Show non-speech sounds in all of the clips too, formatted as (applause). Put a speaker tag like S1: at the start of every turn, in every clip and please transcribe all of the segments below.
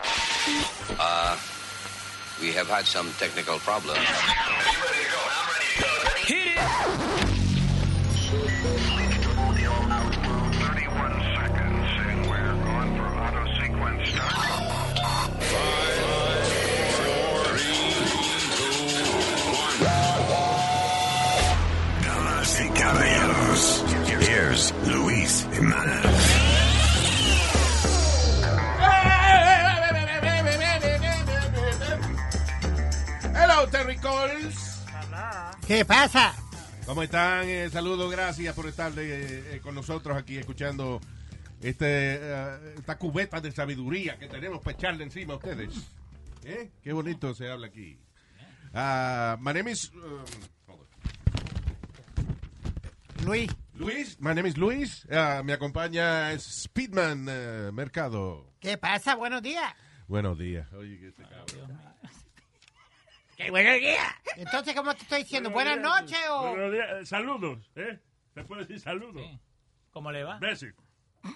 S1: Uh, we have had some technical problems.
S2: Hit it!
S3: Damas y caballeros, here's Luis Jimenez.
S4: Hello, Terry Coles.
S5: ¿Qué pasa?
S4: ¿Cómo están? Eh, saludos, gracias por estar de- eh, con nosotros aquí escuchando este, eh, esta cubeta de sabiduría que tenemos para echarle encima a ustedes. ¿Eh? Qué bonito se habla aquí. Ah, my name is... um, hold on.
S5: Luis.
S4: Luis, my name is Luis. Ah, me acompaña Speedman eh, Mercado.
S5: ¿Qué pasa? Buenos días.
S4: Buenos días. Oye, que este cabrón.
S5: ¡Qué buenos días! Entonces, ¿cómo te estoy diciendo? ¿Buenas noches o...?
S6: Buenos días, eh, saludos, ¿eh? Se puede decir saludos.
S7: ¿Cómo le va?
S6: Besi.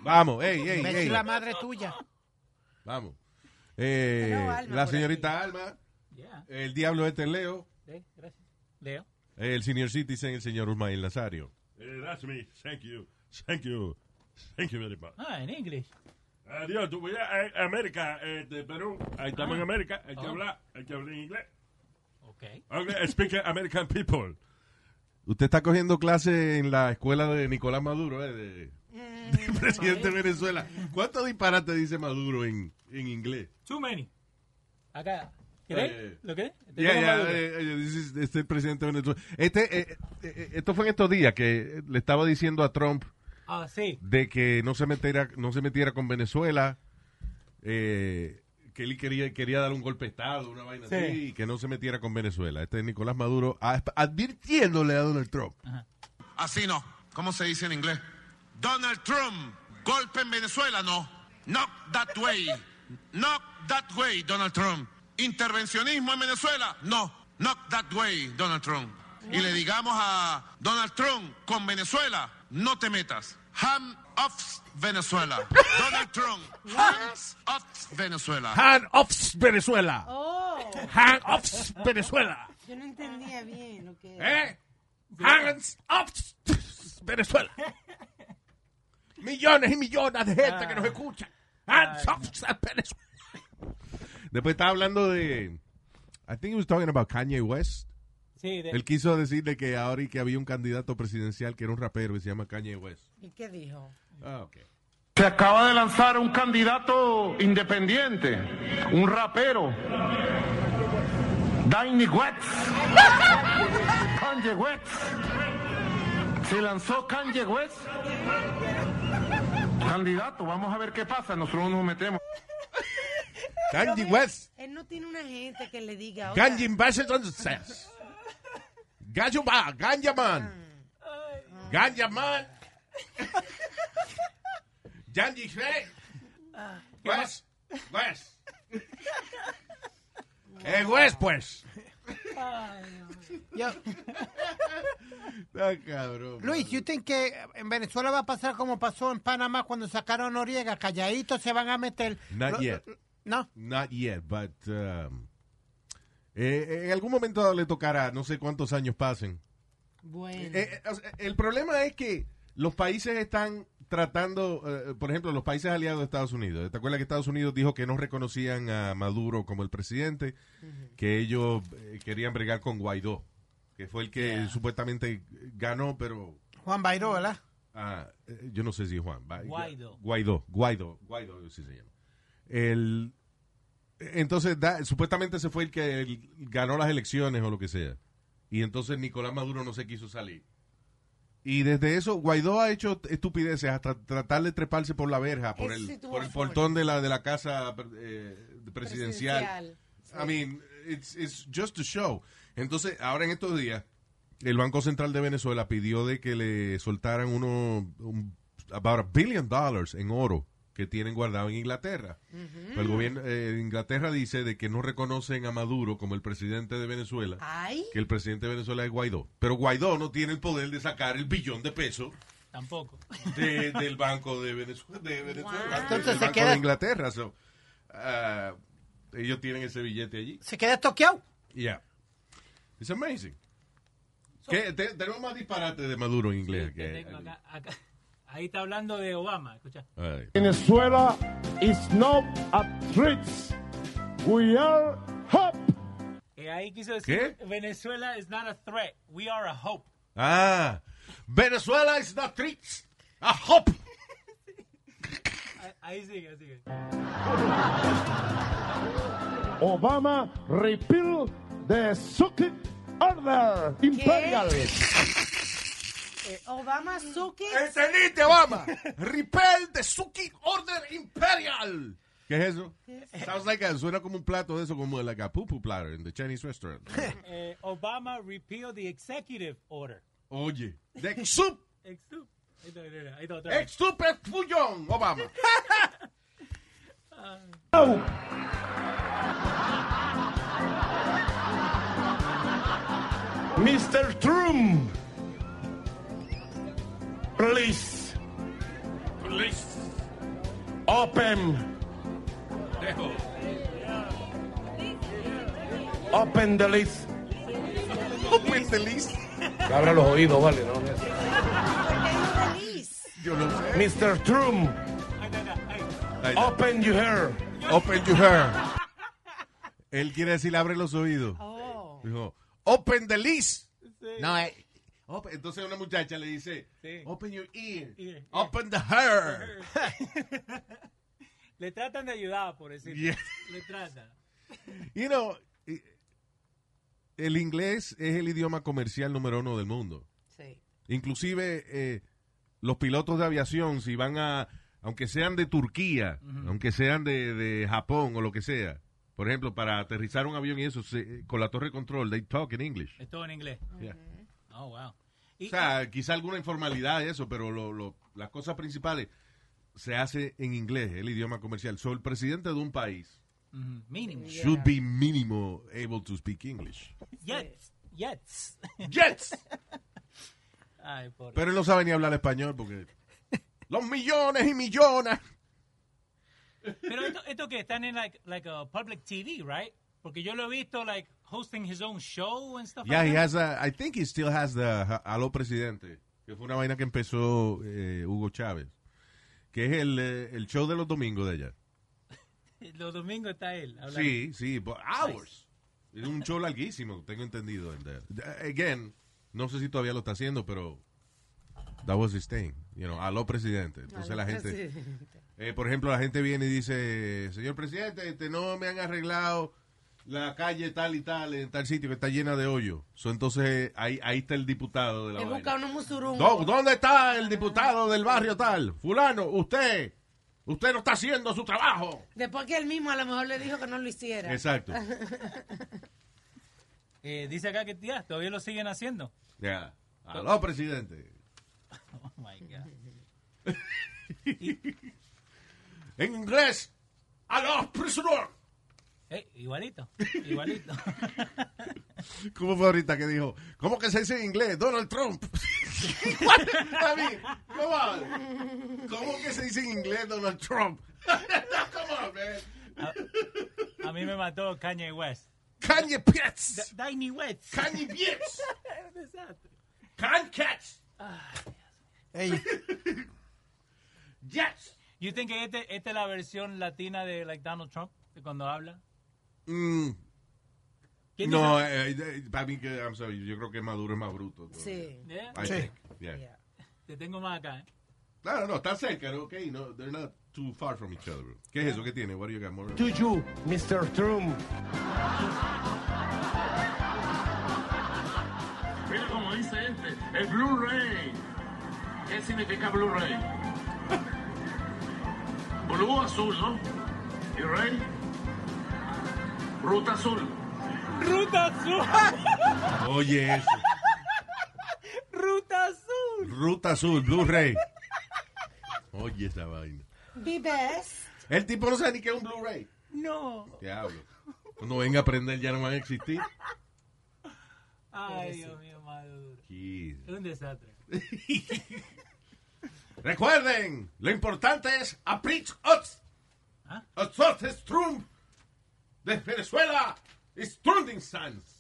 S4: Vamos, ey, ey,
S5: Bessie,
S4: ey.
S5: la madre tuya.
S4: Vamos. Eh,
S5: Hello, Alma,
S4: la
S5: por
S4: señorita
S5: aquí.
S4: Alma,
S7: Yeah.
S4: el diablo este Leo,
S7: Sí, gracias. Leo.
S4: el senior citizen, el señor Usmail Nazario.
S6: Eh, that's me. Thank you. Thank you. Thank you very much.
S7: Ah, en inglés.
S6: Adiós. Tú voy a a- América, eh, de Perú. Ahí estamos
S7: Ah.
S6: en América. Hay que
S7: Oh.
S6: hablar. Hay que hablar en inglés.
S7: Ok.
S6: Okay, speak American people.
S4: Usted está cogiendo clase en la escuela de Nicolás Maduro, eh, de, (laughs) de presidente de Venezuela. ¿Cuánto disparate dice Maduro en, en inglés?
S7: Too many. Acá.
S4: Eh,
S7: ¿Querés? ¿Lo querés? Te
S4: Ya,
S7: pongo
S4: ya,
S7: Maduro.
S4: eh, eh, this is- este el presidente de Venezuela. Este, eh, eh, esto fue en estos días que le estaba diciendo a Trump
S7: Ah, sí.
S4: de que no se metiera, no se metiera con Venezuela, eh, que él quería, quería dar un golpe de Estado, una vaina
S7: Sí.
S4: así, y que no se metiera con Venezuela. Este es Nicolás Maduro a- advirtiéndole a Donald Trump.
S8: Así no. ¿Cómo se dice en inglés? Donald Trump, golpe en Venezuela, no. Knock that way. Knock that way, Donald Trump. Intervencionismo en Venezuela, no. Knock that way, Donald Trump. Y le digamos a Donald Trump, con Venezuela, no te metas. Ham off Venezuela. Donald Trump, hands off Venezuela.
S4: Hand off Venezuela.
S9: Oh,
S4: Hand off Venezuela.
S9: yo no entendía bien lo que era.
S4: ¿Eh? Hands off Venezuela. Millones y millones de gente que
S9: Ah.
S4: nos escucha. Hands off Venezuela. Después estaba hablando de. I think he was talking about Kanye West.
S7: Sí, de-
S4: Él quiso decirle que ahora y que había un candidato presidencial que era un rapero y se llama Kanye West.
S9: ¿Y qué dijo?
S4: Ah, ok.
S10: Se acaba de lanzar un candidato independiente, un rapero, Danny West, Kanye West. Se lanzó Kanye West, candidato. Vamos a ver qué pasa. Nosotros nos metemos.
S4: Kanye West.
S9: Él no tiene una gente que le diga. oiga,
S4: Kanye Washington says. Gallo va, Ganja Man. Ganja Man. Yanji Fe.
S5: Ah,
S4: West. West. El West, pues.
S5: Yo-
S4: Ah, cabrón.
S5: Luis, ¿you think que en Venezuela va a pasar como pasó en Panamá cuando sacaron a Noriega? Calladitos se van a meter.
S4: Not
S5: Lo-
S4: yet.
S5: No.
S4: Not yet, but. um, eh, en algún momento le tocará, no sé cuántos años pasen.
S9: Bueno.
S4: Eh, eh, o sea, el problema es que los países están tratando, eh, por ejemplo, los países aliados de Estados Unidos. ¿Te acuerdas que Estados Unidos dijo que no reconocían a Maduro como el presidente? Que ellos eh, querían bregar con Guaidó, que fue el que supuestamente ganó, pero
S5: Juan Bairó, ¿verdad?
S4: ah, eh, yo no sé si Juan. va-
S7: Guaidó.
S4: Guaidó, Guaidó, Guaidó, sí se llama. El, entonces, da- supuestamente ese fue el que el- ganó las elecciones o lo que sea. Y entonces Nicolás Maduro no se quiso salir. Y desde eso, Guaidó ha hecho estupideces hasta tratar de treparse por la verja, por
S9: Ese
S4: el,
S9: sí tuvo
S4: por el
S9: suerte.
S4: portón de la, de la casa eh, presidencial.
S9: Sí.
S4: I mean, it's, it's just a show. Entonces, ahora en estos días, el Banco Central de Venezuela pidió de que le soltaran uno, un, about a billion dollars en oro que tienen guardado en Inglaterra. Pero El gobierno eh, de Inglaterra dice de que no reconocen a Maduro como el presidente de Venezuela,
S9: Ay,
S4: que el presidente de Venezuela es Guaidó. Pero Guaidó no tiene el poder de sacar el billón de pesos (laughs)
S7: Tampoco.
S5: (laughs)
S4: de- del Banco de Venezuela. de Venezuela,
S9: Wow.
S4: del
S5: Entonces se
S4: Banco
S5: queda-
S4: de Inglaterra. so, ah, ellos tienen ese billete allí.
S5: ¿Se queda toqueado?
S4: Yeah. It's amazing. ¿Qué? Te- tenemos más disparate de Maduro en inglés.
S7: Que
S4: que-
S7: tengo acá- acá- Ahí está hablando de Obama, escucha.
S4: Ay.
S10: Venezuela is not a threat. We are hope.
S7: Que ahí quiso decir,
S4: ¿Qué?
S7: Venezuela is not a threat, we are a hope.
S4: Ah, Venezuela is not tricks. A hop.
S7: Ah, Ahí sigue, sigue.
S10: Obama repeal the Soviet order imperial.
S9: Obama Suki.
S4: Excelente, Obama. Repel the Suki Order Imperial. ¿Qué es eso? Sounds like a- suena como un plato de eso, como like a poo-poo platter in the Chinese (laughs) restaurant.
S7: Eh, Obama repealed the executive order.
S4: Oye, de sup,
S7: Ex- Ahí está, mira, mira, ahí está otra vez.
S4: ex super fullón, Obama.
S10: Mr. Trump, please,
S4: Please,
S10: open,
S4: dejo.
S10: open the list.
S4: Open the list.
S10: (laughs) Abra los oídos, vale, ¿no?
S9: Liz.
S4: Yo no sé.
S10: Mr. Trump,
S7: Ahí está, ahí está, ahí.
S4: Ahí está.
S10: open your hair.
S4: Open your hair. Él quiere decir abre los oídos.
S9: Oh.
S4: Dijo, open the list. No, eh, op- entonces una muchacha le dice,
S7: Sí.
S4: open your ear,
S7: Ear, yeah.
S4: open the hair.
S7: (laughs) Le tratan de ayudar, por decirlo.
S4: Yeah.
S7: Le tratan.
S4: You know, eh, el inglés es el idioma comercial número uno del mundo.
S9: Sí.
S4: Inclusive eh, los pilotos de aviación, si van a, aunque sean de Turquía, aunque sean de, de Japón o lo que sea, por ejemplo, para aterrizar un avión y eso, se- con la torre control, they talk in English.
S7: Es todo en inglés.
S4: Yeah.
S7: Oh, wow.
S4: O
S7: Y, ah,
S4: sea, quizá alguna informalidad de eso, pero lo- lo- las cosas principales se hace en inglés, el idioma comercial. So, el presidente de un país
S7: Ujú, mínimo.
S4: should be mínimo able to speak English.
S7: Yes. Yes.
S4: ¡Yes!
S7: (laughs) Ay, pobre.
S4: Pero él no sabe ni hablar español porque... ¡Los millones y millones!
S7: Pero esto, esto que están en like, like a public TV, right? Porque yo lo he visto like hosting his own show and stuff.
S4: Yeah,
S7: like
S4: he
S7: that.
S4: has a... I think he still has the ha- Aló Presidente, que fue una vaina que empezó eh, Hugo Chávez, que es el, eh, el show de los domingos de allá.
S7: Los domingos está él. hablando.
S4: Sí, sí, por hours. Es un show larguísimo, tengo entendido. el de él. Again, no sé si todavía lo está haciendo, pero that was his thing. You know, aló presidente. Entonces la gente, eh, por ejemplo, la gente viene y dice, señor presidente, este, no me han arreglado la calle tal y tal en tal sitio que está llena de hoyos. So, entonces ahí, ahí está el diputado de la
S9: Le
S4: vaina.
S9: busca uno musurungo.
S4: Do- ¿Dónde está el diputado del barrio tal? Fulano, usted, usted no está haciendo su trabajo.
S9: Después que él mismo a lo mejor le dijo que no lo hiciera.
S4: Exacto.
S7: Eh, dice acá que ya, todavía lo siguen haciendo.
S4: Ya. Aló, presidente.
S7: Oh my God.
S4: En inglés. Aló, prisoner.
S7: Eh, igualito. Igualito. (laughs)
S4: ¿Cómo fue ahorita que dijo? ¿Cómo que se dice en inglés? Donald Trump. (laughs) What? Mami, come on. ¿Cómo que se dice en inglés Donald Trump? No, come on, man.
S7: A mí me mató Kanye West.
S4: Kanye Pitts.
S7: Da- Kanye West.
S4: Kanye (laughs) Pitts.
S7: Desastre.
S4: Kanye Cats.
S5: Ey,
S4: Yes.
S7: You think que este- esta es la versión latina de like Donald Trump de cuando habla?
S4: Mm,
S7: ¿Quién
S4: no,
S7: dice?
S4: eh, eh, para mí que, I'm sorry, yo creo que Maduro es más bruto. todavía.
S9: Sí.
S7: Yeah,
S4: I
S5: Sí.
S4: think, yeah.
S9: Yeah.
S7: ¿Eh? Te tengo más acá. ¿eh?
S4: Claro, no, están cerca, ¿no? ok, no, they're not too far from each other. bro. ¿Qué es eso? ¿Qué tiene? What do you got more?
S10: To you, Mr. Trump.
S2: Mira como dice este, el Blu-ray. ¿Qué significa Blu-ray? Blue azul, ¿no? ¿Y Ray? Ruta azul.
S7: Ruta azul.
S4: Oye, eso.
S7: (laughs) Ruta azul.
S4: Ruta Azul, Blu-ray. Oye, esa vaina.
S9: Be best.
S4: El tipo no sabe ni qué es un Blu-ray.
S7: No.
S4: Diablo. Cuando venga a aprender ya no van a existir.
S7: Ay, Dios mío, Maduro.
S4: Jesus.
S7: Es un desastre.
S4: Recuerden, lo importante es aprich us.
S7: ¿Ah?
S4: Us es Trump de Venezuela. Es Trundingstans.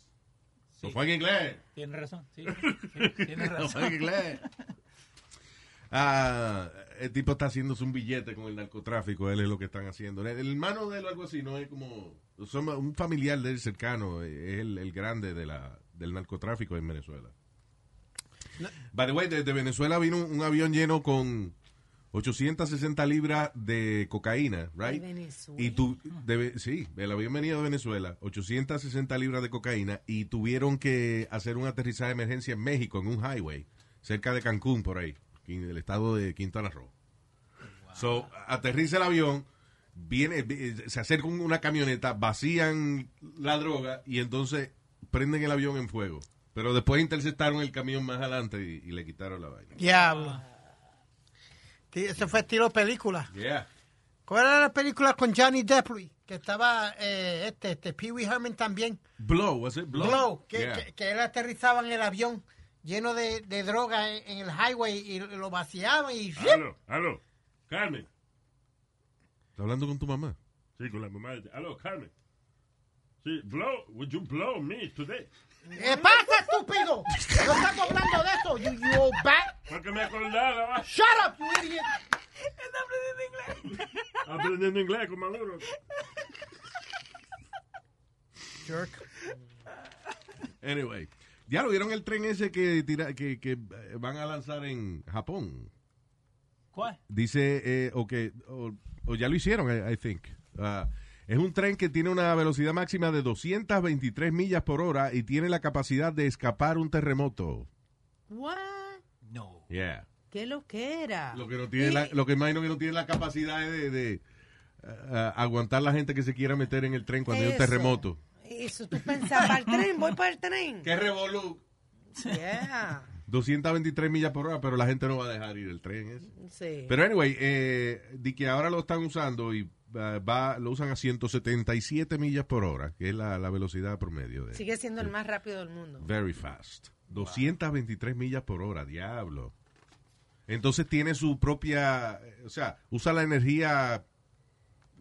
S4: No fue en inglés.
S7: Tienes razón, (laughs) sí. sí,
S4: (laughs)
S7: Tienes
S4: No fue en
S7: razón.
S4: inglés. Ah, el tipo está haciéndose un billete con el narcotráfico. Él es lo que están haciendo. El, el hermano de él o algo así, no es como... son un familiar de él cercano. eh, Es el, el grande de la, del narcotráfico en Venezuela. By the way, desde Venezuela vino un, un avión lleno con 860 libras de cocaína, right?
S9: Venezuela.
S4: Y tu, de- sí, el avión venía de Venezuela, 860 libras de cocaína y tuvieron que hacer un aterrizaje de emergencia en México, en un highway, cerca de Cancún, por ahí, en el estado de Quintana Roo. So, aterriza el avión, viene, eh, se acerca un- una camioneta, vacían la droga y entonces prenden el avión en fuego. Pero después interceptaron el camión más adelante y, y le quitaron la vaina.
S5: Diablo. Sí, Eso fue estilo película.
S4: Yeah.
S5: ¿Cuál era la película con Johnny Depp? Luis? Que estaba eh, este, este, Pee Wee Herman también.
S4: Blow, was it blow?
S5: Blow, que,
S4: Yeah.
S5: que, que él aterrizaba en el avión lleno de, de droga en, en el highway y lo vaciaban y...
S4: Ah,
S6: Aló, aló. Carmen.
S4: ¿Está hablando con tu mamá?
S6: Sí, con la mamá. de- Aló, Carmen. Sí, blow. Would you blow me today?
S5: ¿Qué pasa, estúpido? No estamos hablando de eso. You, you old bat.
S6: Porque me acordaba.
S7: (laughs)
S5: Shut up, you idiot.
S6: Aprendiendo inglés con Maduro.
S5: Jerk.
S4: Anyway, ya lo vieron el tren ese que, tira- que, que eh, van a lanzar en Japón.
S7: ¿Cuál?
S4: Dice, eh, o que- o, o ya lo hicieron, I, I think. Ah, es un tren que tiene una velocidad máxima de 223 millas por hora y tiene la capacidad de escapar un terremoto.
S9: What?
S7: No.
S4: Yeah.
S9: ¿Qué lo que era?
S4: Lo que no tiene, la- lo que imagino que no tiene la capacidad es de, de, ah, ah, aguantar la gente que se quiera meter en el tren cuando hay un
S9: Eso.
S4: terremoto.
S9: Eso, tú pensabas, para el tren, voy para el
S4: (laughs)
S9: tren.
S4: ¡Qué revolú!
S9: Yeah.
S4: 223 millas por hora, pero la gente no va a dejar ir el tren ese.
S9: Sí.
S4: Pero anyway, eh, di que ahora lo están usando y ah, va, lo usan a 177 millas por hora, que es la, la velocidad promedio de
S9: Sigue siendo el más rápido del mundo.
S4: Very fast. 223 millas por hora, diablo. Entonces tiene su propia, eh, o sea, usa la energía,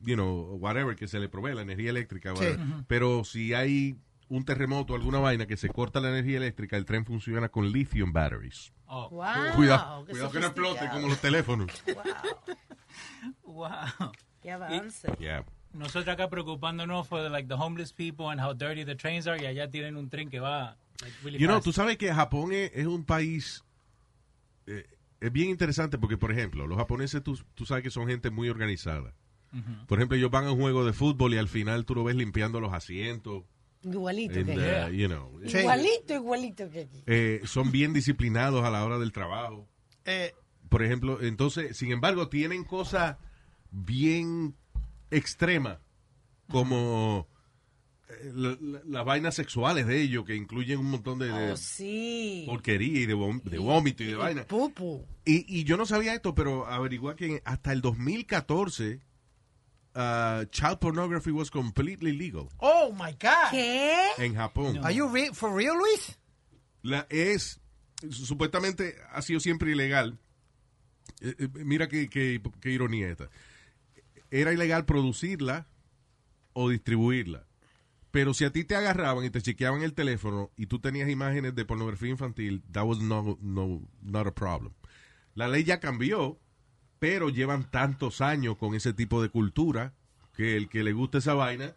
S4: you know, whatever que se le provee, la energía eléctrica. whatever. Pero si hay un terremoto o alguna vaina que se corta la energía eléctrica, el tren funciona con lithium batteries.
S7: Oh,
S9: Wow.
S4: cuidado,
S9: qué
S4: cuidado que no explote
S9: sofisticado.
S4: como los teléfonos.
S9: (laughs)
S7: wow.
S9: Qué avance.
S4: Yeah.
S7: Nosotros acá preocupándonos for like the homeless people and how dirty the trains are y allá tienen un tren que va like, really
S4: You know,
S7: fast.
S4: tú sabes que Japón es, es un país. eh, es bien interesante porque, por ejemplo, los japoneses tú, tú sabes que son gente muy organizada. Por ejemplo, ellos van a un juego de fútbol y al final tú lo ves limpiando los asientos.
S9: Igualito
S4: and,
S9: que
S4: uh,
S9: aquí.
S4: you know,
S5: Sí.
S9: Igualito, igualito que aquí.
S4: eh, son bien disciplinados a la hora del trabajo.
S5: Eh,
S4: Por ejemplo, entonces, sin embargo, tienen cosas bien extremas, como eh, la- la- las vainas sexuales de ellos, que incluyen un montón de, de
S9: Oh, sí.
S4: porquería y de, vom- de vómito y de Eh, vaina.
S9: Pupu.
S4: Y, y yo no sabía esto, pero averigua que hasta el 2014 uh, child pornography was completely legal
S5: oh, my God.
S9: ¿Qué?
S4: en Japón.
S5: Are you re- for real, Luis?
S4: La es supuestamente ha sido siempre ilegal. Eh, eh, mira qué, qué- qué ironía esta. Era ilegal producirla o distribuirla. Pero si a ti te agarraban y te chequeaban el teléfono y tú tenías imágenes de pornografía infantil, that was no, no, not a problem. La ley ya cambió, pero llevan tantos años con ese tipo de cultura que el que le gusta esa vaina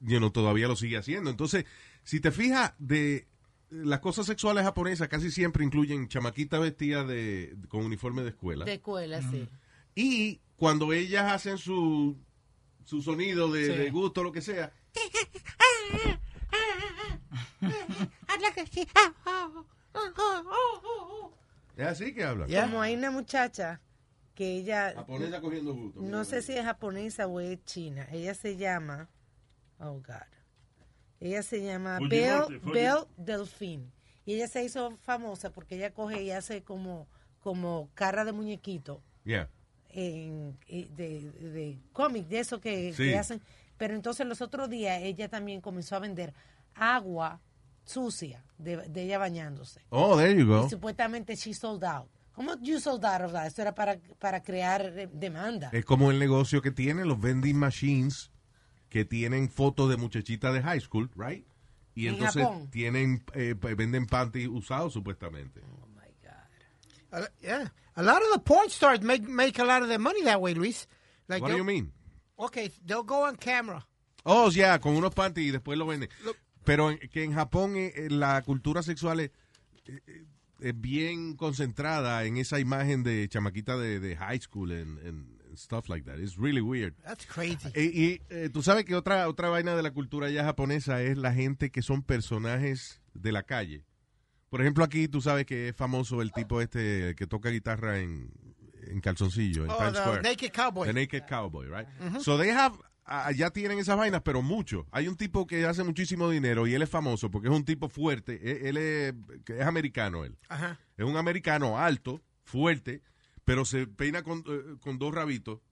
S4: you know, todavía lo sigue haciendo. Entonces, si te fijas, de las cosas sexuales japonesas casi siempre incluyen chamaquita vestida de, con uniforme de escuela.
S9: De escuela, sí.
S4: Y cuando ellas hacen su, su sonido de,
S7: Sí.
S4: de gusto, lo que sea, es así que hablan.
S5: Yeah.
S9: Como hay una muchacha que ella,
S4: Japonesa cogiendo gusto.
S9: no sé si es japonesa o es china, ella se llama, oh God, ella se llama
S6: Fujimoto,
S9: Belle,
S6: Fuji-
S9: Belle Delphine. Y ella se hizo famosa porque ella coge y hace como, como cara de muñequito
S4: Yeah.
S9: en- eh, de, de cómic, de eso que,
S4: Sí.
S9: que hacen. Pero entonces los otros días ella también comenzó a vender agua sucia de, de ella bañándose.
S4: Oh, there you go.
S9: Y supuestamente she sold out. ¿Cómo you sold out of that? Esto era para, para crear eh, demanda.
S4: Es como el negocio que tienen los vending machines que tienen fotos de muchachitas de high school, right? Y
S9: En
S4: entonces
S9: Japón.
S4: tienen eh, p- venden panties usados supuestamente.
S5: A- Uh, yeah. A lot of the porn stars make, make a lot of their money that way, Luis. Like
S4: What do
S5: they'll-
S4: you mean?
S5: Okay, they'll go on camera.
S4: Oh, ya, con unos panties y después lo venden. Pero en- que en Japón eh, eh, la cultura sexual es, eh, eh, es bien concentrada en esa imagen de chamaquita de, de high school and, and stuff like that. It's really weird.
S5: That's crazy.
S4: Eh, Y, eh, tú sabes que otra, otra vaina de la cultura ya japonesa es la gente que son personajes de la calle. Por ejemplo, aquí tú sabes que es famoso el tipo este que toca guitarra en, en calzoncillo, en
S5: Oh,
S4: Times
S5: the
S4: Square.
S5: Naked Cowboy.
S4: The Naked Cowboy, right?
S5: Ujú.
S4: So they have, a- allá tienen esas vainas, pero mucho. Hay un tipo que hace muchísimo dinero y él es famoso porque es un tipo fuerte. E- Él, es, que es americano, él.
S5: Ajá.
S4: Es un americano alto, fuerte, pero se peina con, eh, con dos rabitos.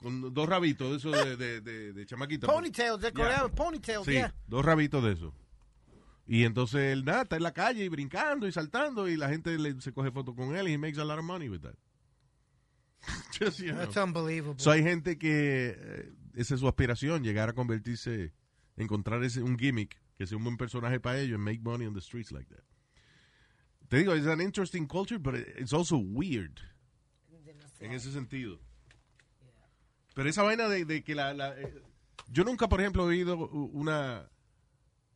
S4: Con dos rabitos de esos de, de, de, de chamaquita.
S5: Ponytails, de
S4: Yeah.
S5: Corea, ponytails,
S4: Sí,
S5: yeah.
S4: dos rabitos de eso. Y entonces él nada, está en la calle y brincando y saltando y la gente le- se coge foto con él y he makes a lot of money with that. (laughs) Just, you know.
S5: That's unbelievable.
S4: So hay gente que eh, esa es su aspiración, llegar a convertirse, encontrar ese, un gimmick que sea un buen personaje para ellos and make money on the streets like that. Te digo, it's an interesting culture, but it's also weird en ese sentido. Pero esa vaina de, de que la, la- eh, Yo nunca, por ejemplo, he oído u- una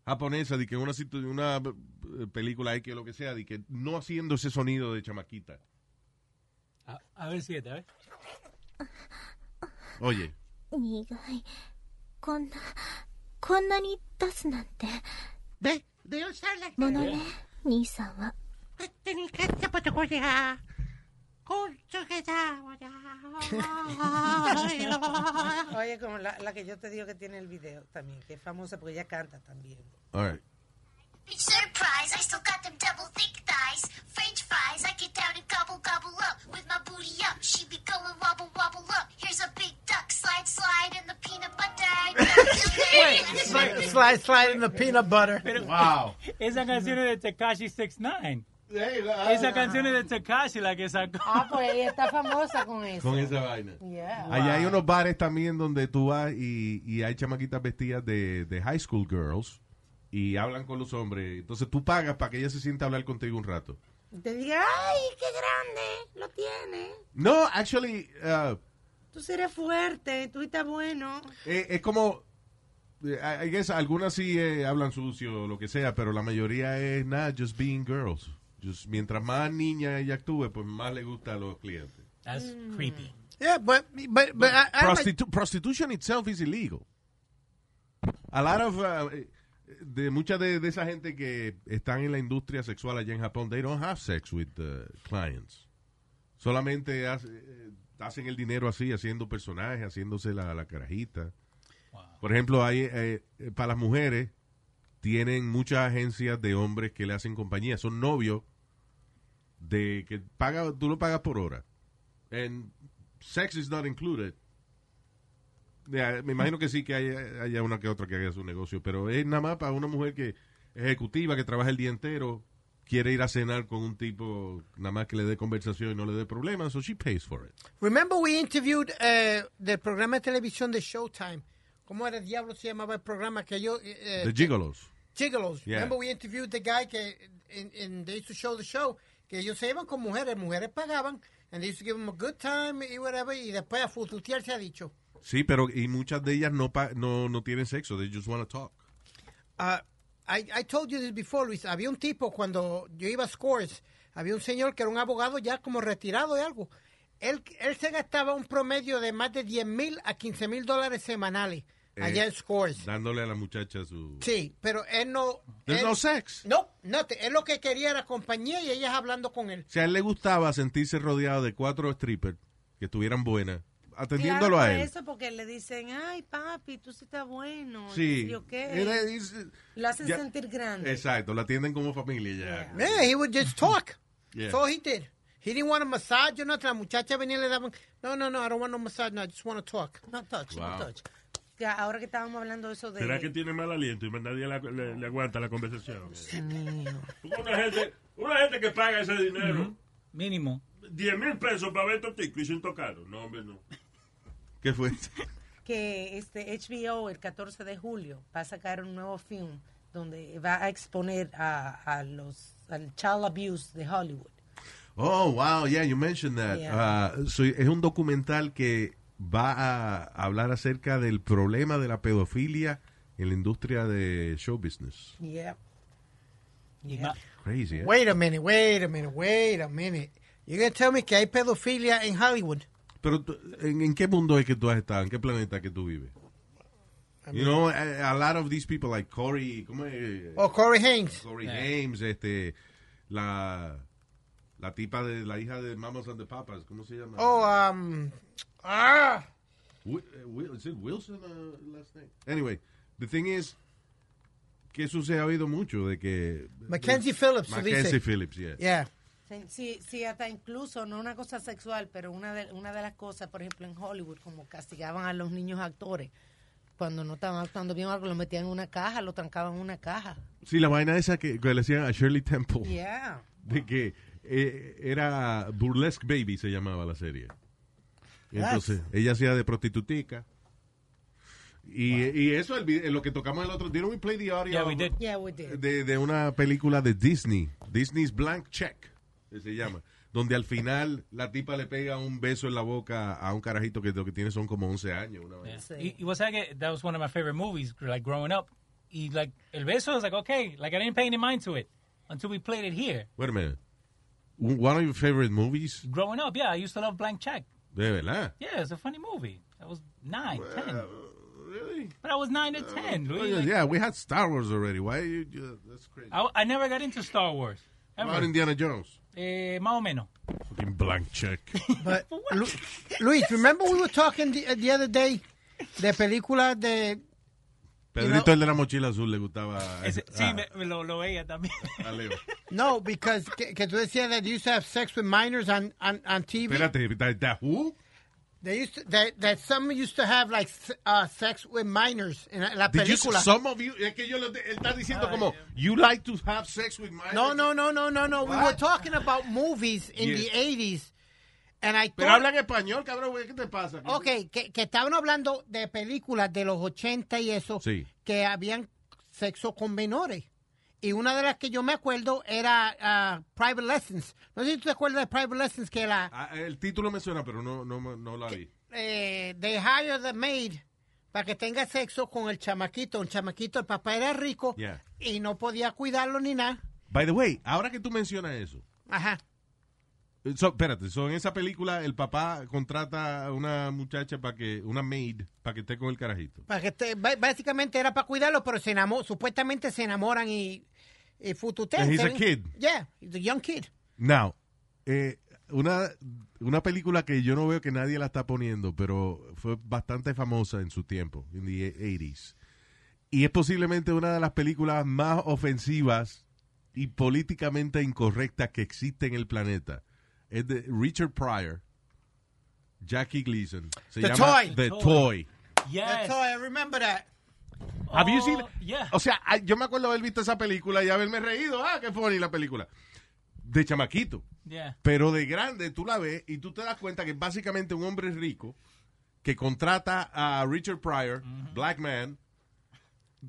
S4: japonesa de que una, situ- una eh, película X o lo que sea, de que no haciendo ese sonido de chamaquita.
S7: A, a ver si esta, ¿eh?
S4: Oye,
S11: 苦いこんなこんなに出すなんて
S5: で
S11: They don't sound like ものね兄さんは
S9: Oye, como la, la que yo te digo que tiene el video también, que es famosa porque ella canta también.
S4: all right.
S12: Surprise! I still got them double thick thighs. French fries, I get down and gobble gobble up. With my booty up, she be going wobble wobble up. Here's a big duck, slide slide in the peanut butter.
S5: Slide, slide, slide in the peanut butter.
S7: Wow. Esa canción es de Tekashi 69. Esa canción es de Tekashi la que sacó.
S9: Ah, pues ella está famosa con eso.
S4: Con esa vaina.
S9: Yeah.
S4: Allá hay unos bares también donde tú vas y, y hay chamaquitas vestidas de, de high school girls y hablan con los hombres. Entonces tú pagas para que ella se sienta a hablar contigo un rato.
S9: Te diga, ay, qué grande, lo tiene.
S4: No, actually, uh,
S9: Tú sí eres fuerte, tú estás bueno.
S4: eh, es como... eh, I I guess algunas sí eh, hablan sucio o lo que sea, pero la mayoría es nada, just being girls. Just, mientras más niña ella actúe, pues más le gusta a los clientes.
S7: That's creepy.
S5: Yeah, but but but I, I like-
S4: Prostitu- prostitution itself is illegal. A lot of uh, eh, de mucha de, de esa gente que están en la industria sexual allá en Japón, they don't have sex with uh, clients. Solamente hace- eh, hacen el dinero así, haciendo personajes, haciéndose la, la carajita. Por ejemplo, hay eh, eh, para las mujeres tienen muchas agencias de hombres que le hacen compañía, son novios de que paga, tú lo pagas por hora. And sex is not included. Ya, me imagino que sí que haya, haya una que otra que haga su negocio, pero es nada más para una mujer que ejecutiva, que trabaja el día entero, quiere ir a cenar con un tipo nada más que le dé conversación y no le dé problemas, so she pays for it.
S5: Remember we interviewed eh, del programa de televisión de Showtime. ¿Cómo era diablo se llamaba el programa que yo? eh,
S4: The gigolos.
S5: Gigolos.
S4: Yeah.
S5: Remember we interviewed the guy que in, in, they used to show the show que ellos se iban con mujeres, mujeres pagaban and they used to give them a good time y whatever y después a fututear se ha dicho.
S4: Sí, pero y muchas de ellas no pa- no no tienen sexo, they just want to talk.
S5: Ah, I, I told you this before, Luis. Había un tipo cuando yo iba a Scores, había un señor que era un abogado ya como retirado de algo. Él, él se gastaba un promedio de más de 10 mil a 15 mil dólares semanales allá
S4: Eh,
S5: en Scores.
S4: Dándole a la muchacha su
S5: Sí, pero él no.
S4: There's
S5: él-
S9: Eh,
S4: no sex.
S5: No, no. te- Él lo que quería era compañía y ellas hablando con él.
S4: O sea, a él le gustaba sentirse rodeado de cuatro strippers que estuvieran buenas, atendiéndolo
S9: Claro,
S4: a
S9: por
S4: él.
S9: eso porque le dicen, ay, papi, tú sí estás bueno.
S4: Sí.
S9: Yo
S4: Era-
S9: qué.
S4: es-
S9: Lo hacen
S4: ya-
S9: sentir grande.
S4: Exacto, la atienden como familia ya.
S5: Yeah, he would just talk.
S4: Yeah.
S5: So he did. He didn't want a massage or nothing. La muchacha venía y le daban. No, no, no. I don't want no massage. No, I just want to talk. No touch,
S4: Wow.
S5: no touch.
S9: que ahora que estábamos hablando de eso de...
S6: ¿Será que tiene mal aliento y más nadie la- le, le aguanta la conversación? (laughs) Una gente, una gente que paga ese dinero.
S7: Mínimo.
S6: 10 mil pesos para ver Totico y sin tocarlo. No, hombre, no.
S4: ¿Qué fue?
S9: que este HBO el 14 de julio va a sacar un nuevo film donde va a exponer a, a los al child abuse de Hollywood.
S4: Oh, wow, yeah, you mentioned that.
S9: Yeah.
S4: Ah, so, es un documental que va a hablar acerca del problema de la pedofilia en la industria de show business.
S9: Yeah.
S4: Crazy, eh?
S5: Wait a minute, wait a minute, wait a minute. You're gonna tell me que hay pedofilia en Hollywood.
S4: Pero, tú- ¿en, en qué mundo es que tú has estado? ¿En qué planeta que tú vives? You know, eh, a, a lot of these people, like Corey, ¿cómo es?
S5: O Corey Hames.
S4: Corey
S5: Yeah.
S4: Hames, este, la, la tipa de, la hija de Mamas and the Papas, ¿cómo se llama?
S5: Oh, um, ah,
S4: Wi- eh, Wil- is it Wilson uh, last name? Anyway, the thing is que eso se ha oído mucho de que eh,
S5: Mackenzie Phillips, se
S4: Mackenzie
S5: dice.
S4: Phillips, yeah.
S5: yeah.
S9: Sí, sí, hasta incluso, no una cosa sexual, pero una de, una de las cosas, por ejemplo, en Hollywood, como castigaban a los niños actores, cuando no estaban actuando bien o algo, los metían en una caja, lo trancaban en una caja.
S4: Sí, la vaina esa que, que le decían a Shirley Temple
S9: Yeah.
S4: de que eh, era Burlesque Baby se llamaba la serie. Y entonces ella hacía de prostitutica. Y, y eso el vi- eh, lo que tocamos el otro día, we play the audio
S9: Yeah, we
S4: of-
S9: did. Yeah, we did.
S4: De, de una película de Disney, Disney's Blank Check, que se llama, donde al final la tipa le pega un beso en la boca a un carajito que lo que tiene son como 11 años. Una vaina.
S7: Y, y vos sabés que that was one of my favorite movies, like growing up. Y like el beso was like okay, like I didn't pay any mind to it until we played it here.
S4: Wait a minute. One of your favorite movies?
S7: Growing up, yeah, I used to love Blank Check.
S4: De verdad.
S7: Yeah, it's a funny movie. I was nine, ten. Really? But I was nine to ten. Louis. Like,
S4: yeah, we had Star Wars already. Why you, you- that's crazy.
S5: Ah,
S7: I, I never got into Star Wars.
S4: What
S7: Ever.
S4: about Indiana Jones?
S7: Eh, más o menos.
S4: Fucking blank (laughs) check.
S5: But Lu- Luis, remember we were talking the, the other day de películas de
S4: Pedrito, el de la mochila azul, le gustaba.
S7: Ese- sí,
S4: ah,
S7: me, me lo, lo
S4: (laughs)
S7: veía también.
S4: a
S5: (laughs)
S4: Leo.
S5: no because que, que tú decías that they used to have sex with minors on on, on TV.
S4: Espérate, ¿that, that who?
S5: They used to, that that some used to have like s- uh, sex with minors in la
S4: Did you,
S5: película.
S4: some of you, es que yo lo, él está diciendo como, you like to have sex with my...
S5: No, no, no, no, no, no. We were
S4: What?
S5: talking about movies in
S4: Yes.
S5: the 80s. And I
S4: Pero
S5: thought-
S4: hablan español, cabrón, güey, ¿qué te pasa?
S5: Ok, que, que estaban hablando de películas de los 80 y eso,
S4: Sí.
S5: que habían sexo con menores. Y una de las que yo me acuerdo era ah, Private Lessons. No sé si tú te acuerdas de Private Lessons, que era
S4: Ah, el título me suena, pero no, no, no la vi.
S5: eh, They Hire the Maid para que tenga sexo con el chamaquito. El chamaquito, el papá era rico
S4: Yeah.
S5: y no podía cuidarlo ni nada.
S4: By the way, ahora que tú mencionas eso,
S5: Ajá.
S4: so, espérate, so, en esa película el papá contrata a una muchacha para que, una maid, para que esté con el carajito.
S5: Para que te- ba- básicamente era para cuidarlo, pero se enamo- supuestamente se enamoran y, y fututean.
S4: And he's
S5: Se
S4: a
S5: ven-
S4: kid.
S5: Yeah, he's a young kid.
S4: Now, eh, una, una película que yo no veo que nadie la está poniendo, pero fue bastante famosa en su tiempo, en the 80s. Y es posiblemente una de las películas más ofensivas y políticamente incorrectas que existe en el planeta. Es de Richard Pryor, Jackie Gleason. Se
S5: The
S4: llama
S5: Toy.
S4: The
S5: Toy.
S4: Toy.
S7: Yes.
S5: That's all, I remember that.
S4: Have
S5: Oh,
S4: you seen-
S7: yeah.
S4: O sea, ay, yo me acuerdo haber visto esa película y haberme reído. Ah, qué funny la película. De chamaquito.
S7: Yeah.
S4: Pero de grande tú la ves y tú te das cuenta que es básicamente un hombre rico que contrata a Richard Pryor, black man,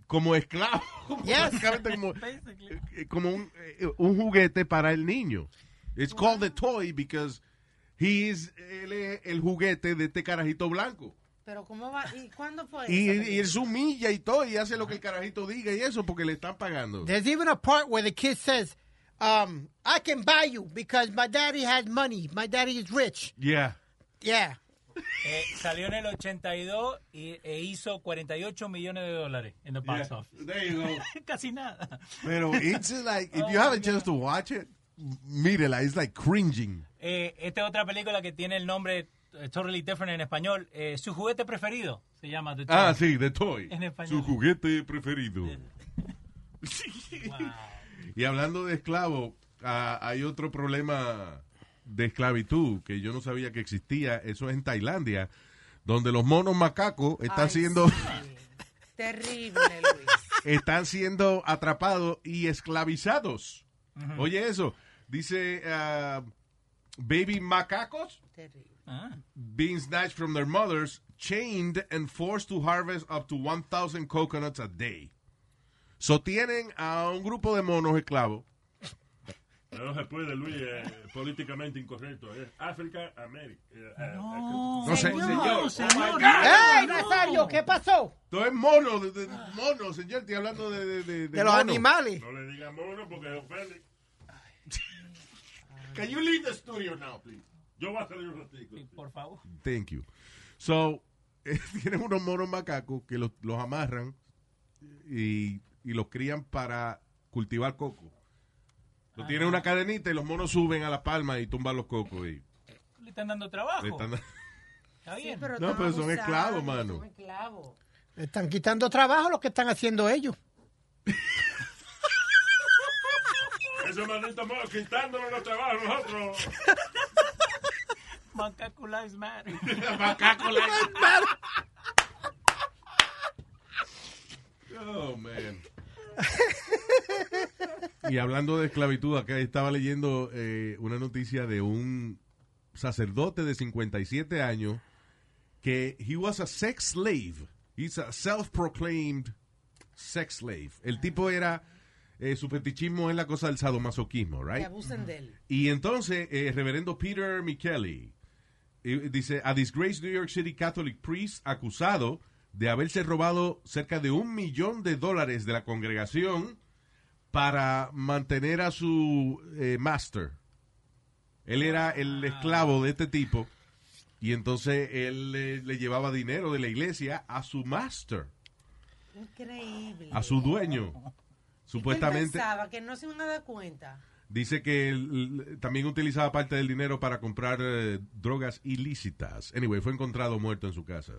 S4: como esclavo, (laughs) como
S5: Yes.
S4: básicamente como, eh, como un, eh, un juguete para el niño. It's called a toy because he is, él es el juguete de este carajito blanco.
S9: Pero ¿cómo va? ¿Y cuándo fue?
S4: Y,
S9: esa
S4: y él se humilla y todo y hace lo que el carajito diga y eso porque le están pagando.
S5: There's even a part where the kid says, um, I can buy you because my daddy has money. My daddy is rich.
S4: Yeah.
S5: Yeah.
S7: Eh, salió en el 82 y, e hizo 48 millones de dólares en the box
S4: Yeah.
S7: office. (laughs)
S4: There you go.
S7: Casi nada. (laughs)
S4: Pero it's like, if you
S7: Oh,
S4: have a chance to watch it, mírela, it's like cringing.
S7: Eh, esta es otra película que tiene el nombre eh, Totally Different en español. Eh, su juguete preferido se llama The
S4: Ah,
S7: Toy.
S4: sí, The Toy.
S7: En español.
S4: Su juguete preferido. (laughs) Y hablando de esclavo, ah, hay otro problema de esclavitud que yo no sabía que existía. Eso es en Tailandia, donde los monos macacos están siendo
S9: Terrible, Luis.
S4: (laughs) Están siendo atrapados y esclavizados. Oye eso. Dice ah, Baby Macacos.
S9: Terrible.
S4: being snatched from their mothers, chained and forced to harvest up to 1,000 coconuts a day. So tienen a un grupo de monos esclavos.
S6: No se puede, Luis, eh, políticamente incorrecto. Es África, América. eh, eh,
S4: No sé, Oh, Señor, señor. señor,
S6: Oh, my
S4: no.
S6: God.
S5: ¡Ey,
S4: no.
S5: Nazario! ¿Qué pasó?
S4: Todo es mono, de, de- mono, señor. Estoy hablando de, de, de,
S5: De los animales.
S6: No le diga mono porque ofende.
S4: Can you leave the studio now, please?
S6: Yo voy a salir un ratito.
S7: Por favor.
S4: Thank you. So, (laughs) eh, tienen unos monos macacos que los, los amarran y, y los crían para cultivar coco. Lo tienen en una cadenita y los monos suben a la palma y tumban los cocos. Y
S7: Le están dando trabajo.
S4: le están dando-
S7: Está bien.
S9: pero
S4: No,
S9: están
S4: pero son
S9: abusando,
S4: esclavos, mano.
S9: Son esclavos.
S5: Están quitando trabajo lo que están haciendo ellos.
S6: Ese maldito mono quitándonos los trabajos a nosotros.
S7: Macaco lives matter.
S6: Macaco lives
S7: matter.
S4: Oh, man. Y hablando de esclavitud, acá estaba leyendo eh, una noticia de un sacerdote de 57 años que he was a sex slave. He's a self-proclaimed sex slave. El tipo era, eh, su fetichismo es la cosa del sadomasoquismo,
S9: Que
S4: right?
S9: abusen de él.
S4: Y entonces, eh, reverendo Peter Michelli eh, dice, a disgraced New York City Catholic priest acusado de haberse robado cerca de un millón de dólares de la congregación para mantener a su eh, master. Él era el esclavo de este tipo y entonces él eh, le llevaba dinero de la iglesia a su master,
S9: Increíble.
S4: a su dueño.
S9: Él
S4: Supuestamente
S9: pensaba que no se iban a dar cuenta.
S4: Dice que él, l- también utilizaba parte del dinero para comprar eh, drogas ilícitas. Anyway, fue encontrado muerto en su casa.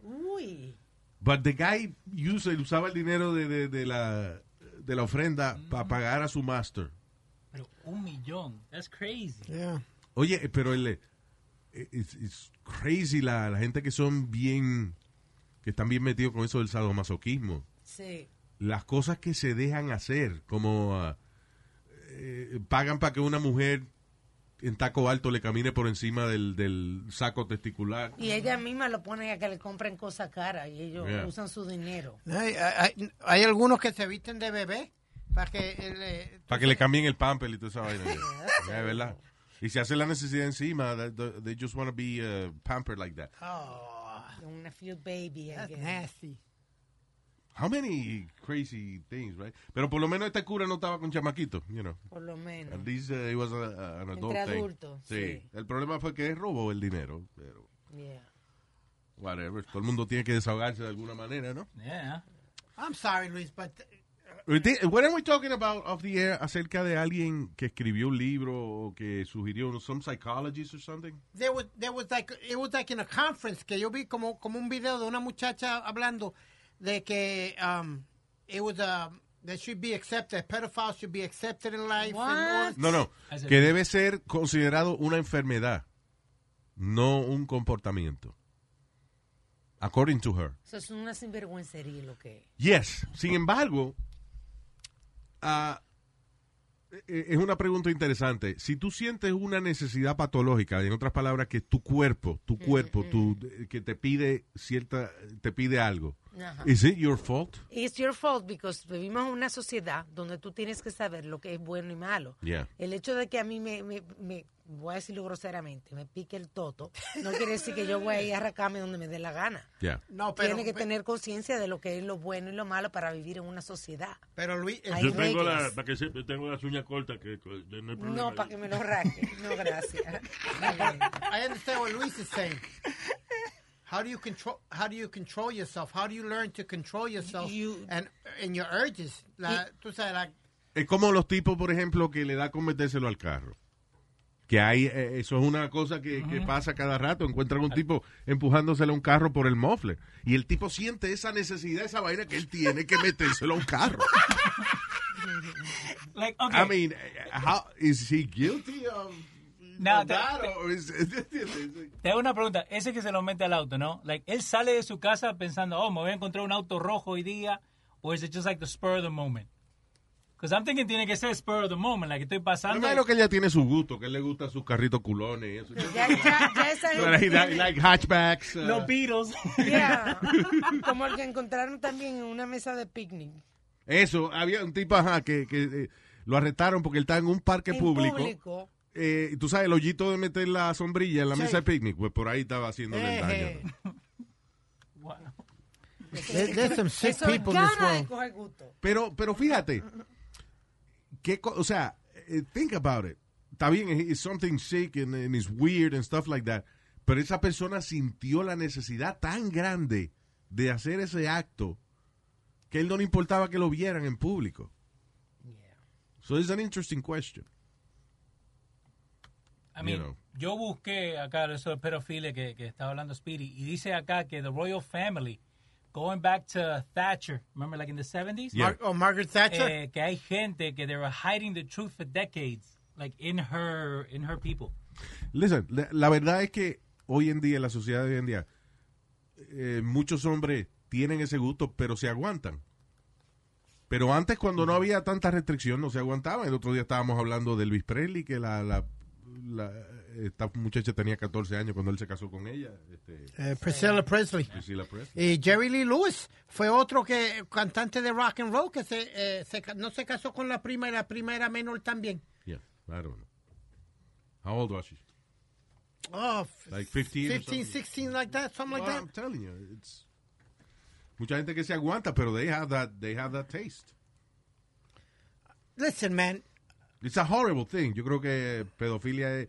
S9: Uy.
S4: But the guy used- usaba el dinero de, de- de la, de la ofrenda para pagar a su master.
S7: Pero un millón. That's crazy.
S4: Oye, eh, pero él es crazy la, la gente que son bien que están bien metidos con eso del sadomasoquismo.
S9: Sí.
S4: Las cosas que se dejan hacer, como ah, eh, pagan para que una mujer en taco alto le camine por encima del, del saco testicular.
S9: Y ella misma lo ponen a que le compren cosas caras y ellos
S4: Yeah.
S9: usan su dinero.
S5: Hay, hay- hay algunos que se visten de bebé para que... el, eh,
S4: Para que le cambien el pamper y toda esa
S9: (laughs)
S4: vaina. Ya, es verdad. Y se hace la necesidad encima. that- that- They just want to be uh, pampered like that.
S5: Oh,
S9: Una field baby. I guess.
S4: How many crazy things, right? Pero por lo menos este cura no estaba con chamaquito, you know.
S9: Por lo menos.
S4: At least uh, it was a- a- an adult
S9: Entre
S4: thing.
S9: adultos,
S4: Sí. El problema fue que él robó el dinero, pero
S9: Yeah.
S4: whatever. Todo el mundo tiene que desahogarse de alguna manera, ¿no?
S7: Yeah.
S5: I'm sorry, Luis, but...
S4: Th- What are we talking about off the air acerca de alguien que escribió un libro o que sugirió some psychologist or something?
S5: There was, there was like, it was like in a conference que yo vi como, como un video de una muchacha hablando de que um, it was um, that should be accepted, pedophiles should be accepted in life. and all-
S4: No, no. Que debe ser considerado una enfermedad, no un comportamiento. According to her.
S9: Eso es una sinvergüencería lo que es.
S4: Yes. Sin embargo, ah, e- es una pregunta interesante. Si tú sientes una necesidad patológica, en otras palabras, que tu cuerpo, tu cuerpo, tu, eh, que te pide cierta, te pide algo.
S9: Ajá.
S4: Is it your fault?
S9: It's your fault because vivimos en una sociedad donde tú tienes que saber lo que es bueno y malo.
S4: Yeah.
S9: El hecho de que a mí me, me- me- voy a decirlo groseramente, me pique el toto, no quiere decir que yo voy a ir a arracarme donde me dé la gana.
S4: Yeah.
S5: No, pero-
S9: Tiene que tener conciencia de lo que es lo bueno y lo malo para vivir en una sociedad.
S5: Pero Luis,
S9: Hay
S6: Yo tengo
S9: reglas.
S6: la, para que sepa, tengo las uñas cortas que que no hay problema.
S9: No, para que me lo raque. No,
S5: (laughs)
S9: gracias.
S5: I understand what Luis is saying. How do you control? How do you control yourself? How do you learn to control yourself and and your urges? La, tú sabes, la,
S4: Es como los tipos, por ejemplo, que le da con metérselo al carro. Que hay, eh, eso es una cosa que, que pasa cada rato. Encuentran un tipo empujándoselo a un carro por el mofle. Y el tipo siente esa necesidad, esa vaina que él tiene que metérselo a un carro.
S7: Like, okay.
S4: I mean, eh, how, is he guilty of
S7: Now, te,
S4: That
S7: te-
S4: or is- (laughs)
S7: te hago una pregunta. Ese que se lo mete al auto, ¿no? Like, él sale de su casa pensando, oh, me voy a encontrar un auto rojo hoy día. Or is it just like the spur of the moment? Because I'm thinking tiene que ser spur of the moment. Like, estoy pasando.
S4: Claro que ella tiene su gusto, que él le gusta sus carritos culones y eso.
S7: (laughs)
S9: Ya, ya, ya esa
S4: Pero he
S9: gente
S4: like,
S9: tiene-
S4: like hatchbacks. uh,
S7: Los Beatles.
S9: Yeah. Como el que encontraron también en una mesa de picnic.
S4: Eso, había un tipo ajá, que, que eh, lo arrestaron porque él estaba en un parque
S9: En
S4: público.
S9: público.
S4: Eh, y tú sabes, el hoyito de meter la sombrilla en la
S9: Sí.
S4: mesa de picnic, pues por ahí estaba haciéndole el
S5: eh,
S4: daño.
S5: There- there's some sick
S9: Eso
S5: people in
S9: gana
S5: this world.
S9: de coger gusto.
S4: Pero, pero fíjate, que, o sea, eh, think about it. Está bien, it- it's something sick and, and it's weird and stuff like that. Pero esa persona sintió la necesidad tan grande de hacer ese acto que él no le importaba que lo vieran en público. So it's an interesting question.
S7: I mean,
S4: You know.
S7: yo busqué acá eso de pedofilia que, que estaba hablando Speedy y dice acá que the royal family, going back to Thatcher, remember like in the 70s?
S5: Yeah. Mar- oh, Margaret Thatcher?
S7: Eh, que hay gente que they were hiding the truth for decades, like in her, in her people.
S4: Listen, la, la verdad es que hoy en día, en la sociedad de hoy en día, eh, muchos hombres tienen ese gusto, pero se aguantan. Pero antes, cuando no había tanta restricción, no se aguantaban. El otro día estábamos hablando de Elvis Presley, que la, la- la- esta muchacha tenía 14 años cuando él se casó con ella. Este,
S5: Eh, Priscilla Presley.
S4: Priscilla Presley.
S5: Y Jerry Lee Lewis fue otro que cantante de rock and roll que se, eh, se ca- no se casó con la prima y la prima era menor también.
S4: Yeah, I don't know. How old was she?
S5: Oh, f-
S4: Like 15 or
S5: 15,
S4: something?
S5: 16, like that, something like
S4: Well,
S5: that.
S4: I'm telling you, it's- Mucha gente que se aguanta, pero they have that, they have that taste.
S5: Listen, man,
S4: It's a horrible thing. Yo creo que pedofilia es,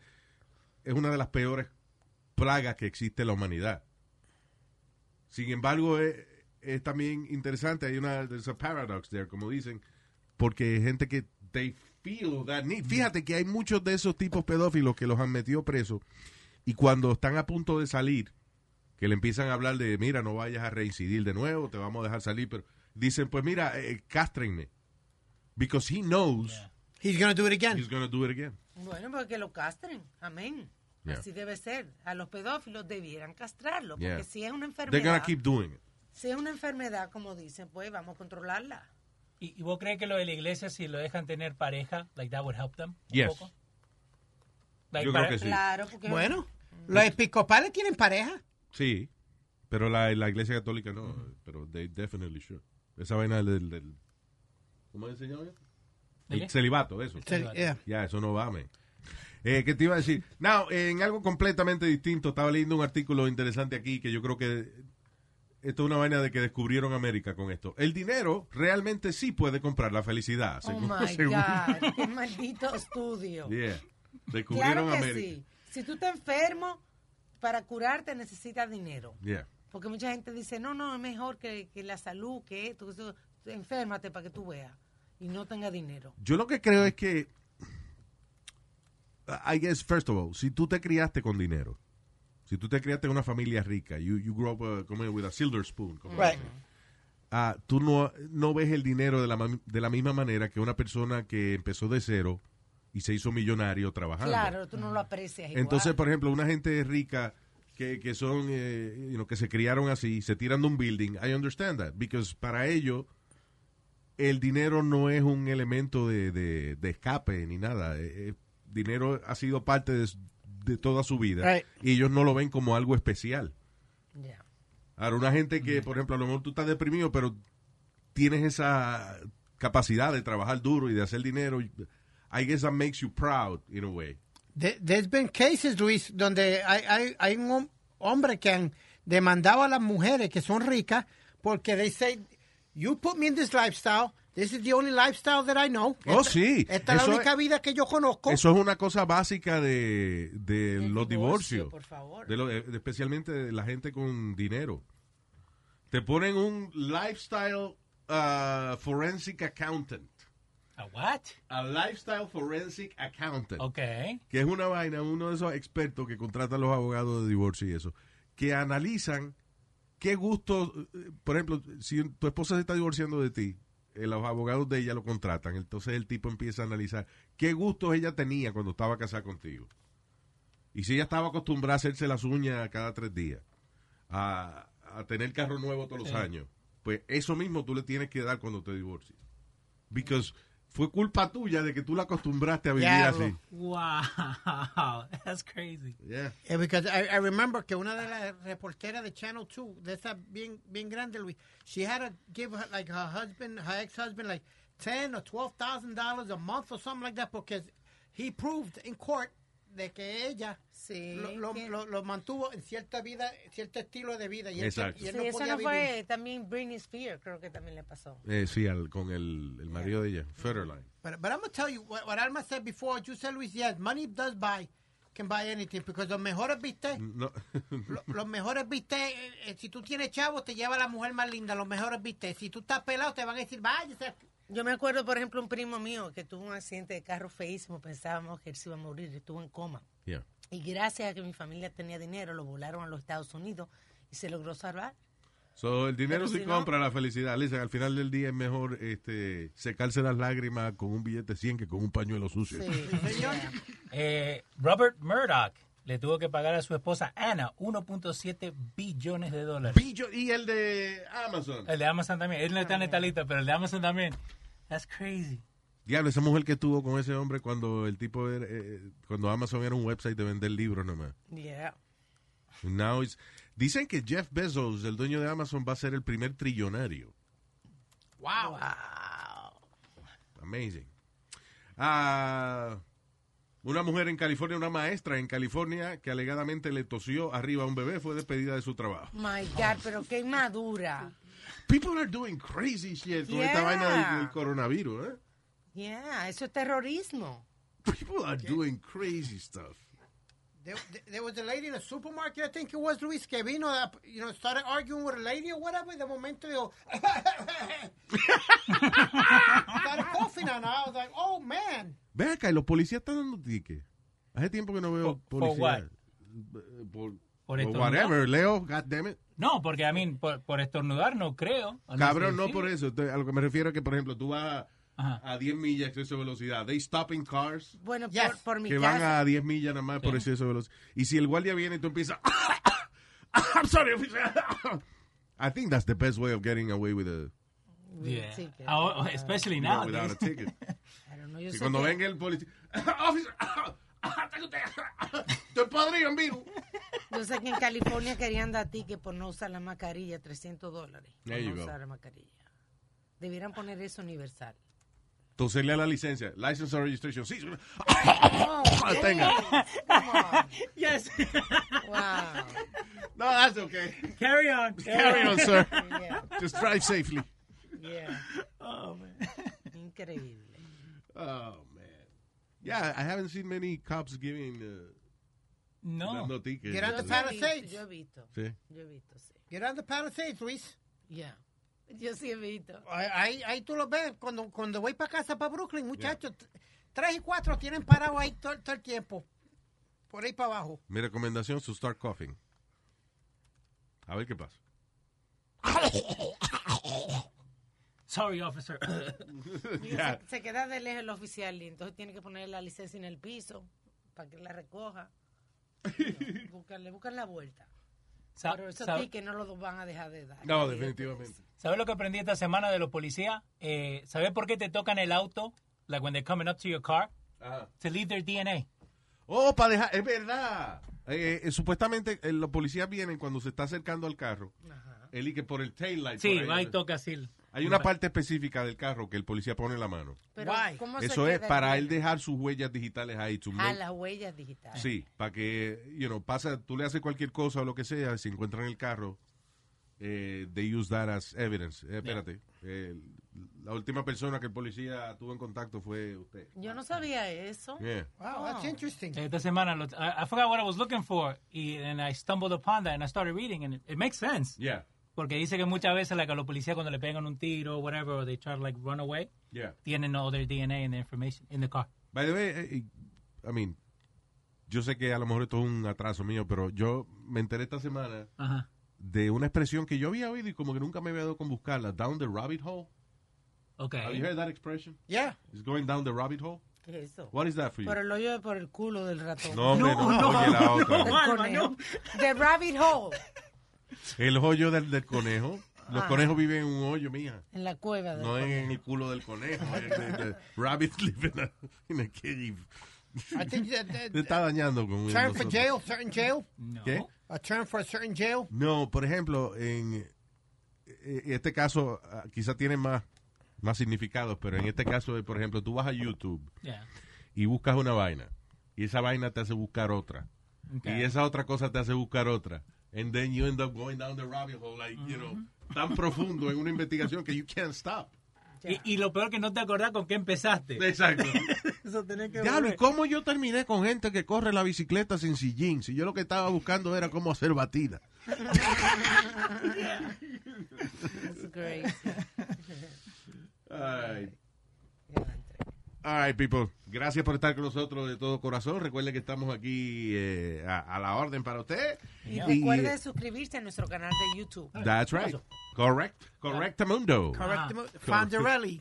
S4: es una de las peores plagas que existe en la humanidad. Sin embargo, es, es también interesante. Hay una there's a paradox there, como dicen, porque hay gente que they feel that need. Fíjate que hay muchos de esos tipos pedófilos que los han metido presos y cuando están a punto de salir, que le empiezan a hablar de, mira, no vayas a reincidir de nuevo, te vamos a dejar salir, pero dicen, pues mira, eh, castrenme. Because he knows
S5: he's going do it again.
S4: He's gonna do it again.
S9: Bueno, porque lo castren. Amén.
S4: Yeah.
S9: Así debe ser. A los pedófilos debieran castrarlo. Porque
S4: Yeah.
S9: si es una
S4: They're gonna
S9: enfermedad,
S4: keep doing it.
S9: si es una enfermedad, como dicen, pues vamos a controlarla.
S7: ¿Y, y vos crees que lo de la iglesia, si lo dejan tener pareja, like that would help them? un
S4: Yes.
S7: poco? Like,
S4: Yo creo
S7: para-
S4: que sí.
S9: Claro, porque...
S5: Bueno, los episcopales tienen pareja.
S4: Sí, pero la, la iglesia católica no. Pero they definitely should. Esa vaina del... del- ¿Cómo es el señor?
S3: ¿De
S4: El
S3: qué?
S4: celibato, eso.
S3: Cel- yeah.
S4: Ya, eso no va, man. Eh, ¿Qué te iba a decir? Now, en algo completamente distinto, estaba leyendo un artículo interesante aquí que yo creo que esto es una vaina de que descubrieron América con esto. El dinero realmente sí puede comprar la felicidad.
S9: Oh,
S4: según- (laughs)
S9: my
S4: según-
S9: God. Qué maldito estudio.
S4: Yeah. Descubrieron
S9: Claro que
S4: América.
S9: sí. Si tú estás enfermo, para curarte necesitas dinero.
S4: Yeah.
S9: Porque mucha gente dice, no, no, es mejor que, que la salud, que esto, que eso. Enférmate para que tú veas y no tengas dinero.
S4: Yo lo que creo es que, I guess, first of all, si tú te criaste con dinero, si tú te criaste en una familia rica, you, you grew up uh, como with a silver spoon, como
S5: Right.
S4: dicen, ah, tú no, no ves el dinero de la, mam- de la misma manera que una persona que empezó de cero y se hizo millonario trabajando.
S9: Claro, tú no lo aprecias igual.
S4: Ah, Entonces, por ejemplo, una gente rica que, que son, eh, you know, que se criaron así, se tiran de un building, I understand that, because para ellos el dinero no es un elemento de, de- de escape ni nada. Eh, eh, dinero ha sido parte de, s- de toda su vida
S9: Right.
S4: y ellos no lo ven como algo especial.
S9: Ya.
S4: Ahora, una gente que, por ejemplo, a lo mejor tú estás deprimido, pero tienes esa capacidad de trabajar duro y de hacer dinero, I guess that makes you proud in a way.
S5: There- There's been cases, Luis, donde hay, hay, hay un hom- hombre que han demandado a las mujeres que son ricas porque they say, you put me in this lifestyle, this is the only lifestyle that I know.
S4: Oh,
S5: Esta-
S4: sí.
S5: Esta es
S4: Eso
S5: la
S4: es-
S5: única vida que yo conozco.
S4: Eso es una cosa básica de, de los
S5: divorcio,
S4: divorcios.
S5: por favor.
S4: De lo- eh, de- especialmente de la gente con dinero. Te ponen un lifestyle uh, forensic accountant.
S7: ¿A what?
S4: A lifestyle forensic accountant.
S7: Okay.
S4: Que es una vaina, uno de esos expertos que contratan los abogados de divorcio y eso. Que analizan qué gustos. eh, Por ejemplo, si tu esposa se está divorciando de ti. eh, Los abogados de ella lo contratan, entonces el tipo empieza a analizar qué gustos ella tenía cuando estaba casada contigo Y si ella estaba acostumbrada a hacerse las uñas cada tres días, a, a tener carro nuevo todos los
S13: Sí.
S4: años, pues eso mismo tú le tienes que dar cuando te divorcies. Because fue culpa tuya de que tú la acostumbraste a vivir
S5: Diablo.
S4: así.
S7: Wow, (laughs) that's crazy.
S4: Yeah.
S5: Eh, because I, I remember que una de las reporteras de Channel 2, de esa bien, bien grande, Luis, she had to give her, like her husband, her ex-husband, like 10 or 12 thousand dollars a month or something like that, because he proved in court de que ella lo, lo- lo- lo mantuvo en cierta vida, cierto estilo de vida. Y él-
S4: Exacto.
S5: y él
S9: Sí, eso
S5: podía
S9: no fue
S5: vivir.
S9: también Britney Spears, creo que también le pasó.
S4: Eh, sí, al- con el, el marido de ella, Federline.
S5: But, but I'm gonna tell you what, what Alma said before. You said, Luis, yes, money does buy, can buy anything because los mejores viste,
S4: No. (laughs)
S5: lo- los mejores viste. eh, eh, si tú tienes chavo, te lleva la mujer más linda. Los mejores viste. Si tú estás pelado, te van a decir, vaya.
S9: Yo me acuerdo, por ejemplo, un primo mío que tuvo un accidente de carro feísimo, pensábamos que él se iba a morir, estuvo en coma.
S4: Yeah.
S9: Y gracias a que mi familia tenía dinero, lo volaron a los Estados Unidos y se logró salvar.
S4: So, el dinero
S9: Pero
S4: sí
S9: si no-
S4: compra la felicidad. Listen, al final del día es mejor este, secarse las lágrimas con un billete 100 que con un pañuelo sucio. (laughs)
S7: Eh, Robert Murdoch le tuvo que pagar a su esposa Anna 1.7 billones de dólares.
S4: y el de Amazon.
S7: El de Amazon también. Él no está en esta lista, pero el de Amazon también. That's crazy.
S4: Diablo, esa mujer que estuvo con ese hombre cuando el tipo era, eh, cuando Amazon era un website de vender libros nomás.
S9: (laughs) Yeah.
S4: Now it's- dicen que Jeff Bezos, el dueño de Amazon, va a ser el primer trillonario.
S5: Wow.
S4: Amazing. Ah, una mujer en California, una maestra en California que alegadamente le tosió arriba a un bebé, fue despedida de su trabajo.
S9: My God, pero qué inmadura.
S4: People are doing crazy shit con esta
S9: Yeah.
S4: vaina del, del coronavirus, ¿eh?
S9: Yeah, eso es terrorismo.
S4: People are doing crazy stuff.
S5: There, there was a lady in a supermarket, I think it was Luis, que vino, uh, you know, started arguing with a lady or whatever. De momento, dijo, (laughs) started coughing on her. I was like, oh man.
S4: Ve acá, y los policías están dando tickets. Hace tiempo que no veo
S7: for
S4: policías.
S7: what?
S4: Por,
S7: Por
S4: por
S7: estornudar.
S4: whatever, Leo, goddammit.
S7: No, porque a mí, por, por estornudar, no creo. A no
S4: Cabrón,
S7: ser-
S4: no
S7: sí.
S4: por eso. Estoy- a lo que me refiero es que, por ejemplo, tú vas a 10 millas de exceso de velocidad. They stopping cars
S9: Bueno, por, por mi
S4: que van
S9: casa.
S4: a 10 millas nada más por exceso de velocidad. Y si el guardia viene y tú empiezas... I'm sorry, officer. I think that's the best way of getting away with a...
S7: Yeah. Ahora- especially
S4: you know,
S7: now.
S4: without a ticket.
S9: yo
S4: Y
S9: sé
S4: cuando
S9: que-
S4: venga el policía... Officer, estoy podrido en vivo.
S9: Yo sé que en California querían dar ticket por no usar la mascarilla, 300 dólares. por
S4: There you
S9: no
S4: go.
S9: usar la mascarilla. Debieran poner eso universal.
S4: Tosele a la licencia. License or registration. Sí.
S9: Oh,
S4: Tenga.
S7: Yes.
S9: Wow.
S4: No, that's okay.
S7: Carry on.
S4: (laughs) Carry on, sir.
S9: Yeah.
S4: Just drive safely.
S9: Yeah.
S7: Oh, man.
S9: Increíble.
S4: Oh, man. Yeah, I haven't seen many cops giving... Uh,
S7: Eh, No.
S4: dando tickets.
S5: Get on the Palisades.
S9: Yo he visto.
S4: Sí.
S9: Yo he visto, sí.
S5: Get on the Palisades, Luis.
S9: Yeah. Yo sí he visto.
S5: Ahí, ahí tú lo ves. Cuando, cuando voy para casa, para Brooklyn, muchachos, t- tres y cuatro tienen parado ahí todo, todo el tiempo. Por ahí para abajo.
S4: Mi recomendación es to start coughing. A ver qué pasa.
S7: Sorry, officer. (coughs)
S9: Y se, se queda de lejos el oficial y entonces tiene que poner la licencia en el piso para que
S4: (laughs)
S9: la recoja. No, búscale, buscan la vuelta.
S7: Sa-
S9: Pero esos
S7: sa-
S9: tickets no los van a dejar de dar.
S4: No, definitivamente.
S7: ¿Sabes lo que aprendí esta semana de los policías? Eh, ¿Sabes por qué te tocan el auto? Like when they're coming up to your car. To leave their DNA.
S4: Oh, para dejar, es verdad. Eh, eh, supuestamente eh, los policías vienen cuando se está acercando al carro. Él y que por el taillight.
S7: Sí,
S4: por ahí,
S7: va y
S4: ¿no?
S7: toca así.
S4: Hay una parte específica del carro que el policía pone la mano.
S9: Pero, ¿cómo se
S4: Eso es
S9: queda el
S4: para él
S9: dinero?
S4: dejar sus huellas digitales ahí. to
S9: A
S4: make-
S9: las huellas digitales.
S4: Sí, para que, you know, pasa, tú le haces cualquier cosa o lo que sea, si encuentran el carro, eh, they use that as evidence. Eh, espérate, eh, la última persona que el policía tuvo en contacto fue usted.
S9: Yo no sabía eso.
S4: Yeah.
S5: Wow, that's interesting.
S7: Esta semana, lo- I, I forgot what I was looking for, y, and I stumbled upon that, and I started reading, and it, it makes sense.
S4: Yeah.
S7: Porque dice que muchas veces, like, a los policías cuando le pegan un tiro o whatever, or they try to, like, run away,
S4: Yeah.
S7: tienen all their DNA and their information in the car.
S4: By the way, eh, eh, I mean, yo sé que a lo mejor esto es un atraso mío, pero yo me enteré esta semana
S7: Ajá.
S4: de una expresión que yo había oído y como que nunca me había dado con buscarla, down the rabbit hole.
S7: Okay.
S4: Have you heard that expression?
S5: Yeah.
S4: It's going down the rabbit hole.
S9: ¿Qué es eso?
S4: What is that for you?
S9: Por el hoyo de por el culo del ratón.
S4: No, hombre, no, No, no, oye,
S9: (laughs)
S4: la otra. no,
S9: Del
S4: Alma,
S9: conejo. The rabbit hole.
S4: El hoyo del, del conejo. Los
S9: Ah.
S4: conejos viven en un hoyo, mija.
S9: En la cueva. del
S4: No eh.
S9: conejo.
S4: en el culo del conejo. eh, the- the (laughs) Rabbits live in a, in a cave.
S5: I think that- that-
S4: Te (laughs) está dañando con un-
S5: Term for
S4: nosotros.
S5: jail, certain jail.
S4: ¿Qué?
S5: A term for a certain jail.
S4: No, por ejemplo, en eh, este caso ah, quizá tiene más, más significados, pero en este caso, eh, por ejemplo, tú vas a YouTube
S7: Yeah.
S4: y buscas una vaina y esa vaina te hace buscar otra
S7: Ok.
S4: y esa otra cosa te hace buscar otra and then you end up going down the rabbit hole like, you know, tan profundo en una investigación que you can't stop.
S7: Y, y lo peor que no te acordás con qué empezaste.
S4: Exacto.
S7: Eso tenés que
S4: Diablo, ¿y
S7: volver.
S4: cómo yo terminé con gente que corre la bicicleta sin sillín? Si yo lo que estaba buscando era cómo hacer batida.
S9: That's
S7: (laughs)
S9: great.
S4: Ay. All right, people. Gracias por estar con nosotros de todo corazón. Recuerden que estamos aquí eh, a, a la orden para usted.
S9: Y recuerde suscribirse a nuestro canal de YouTube.
S4: That's right. Correct. Correct Mundo.
S5: Correctamundo. Fondarelli.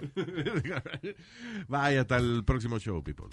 S4: (laughs) Vaya, hasta el próximo show, people.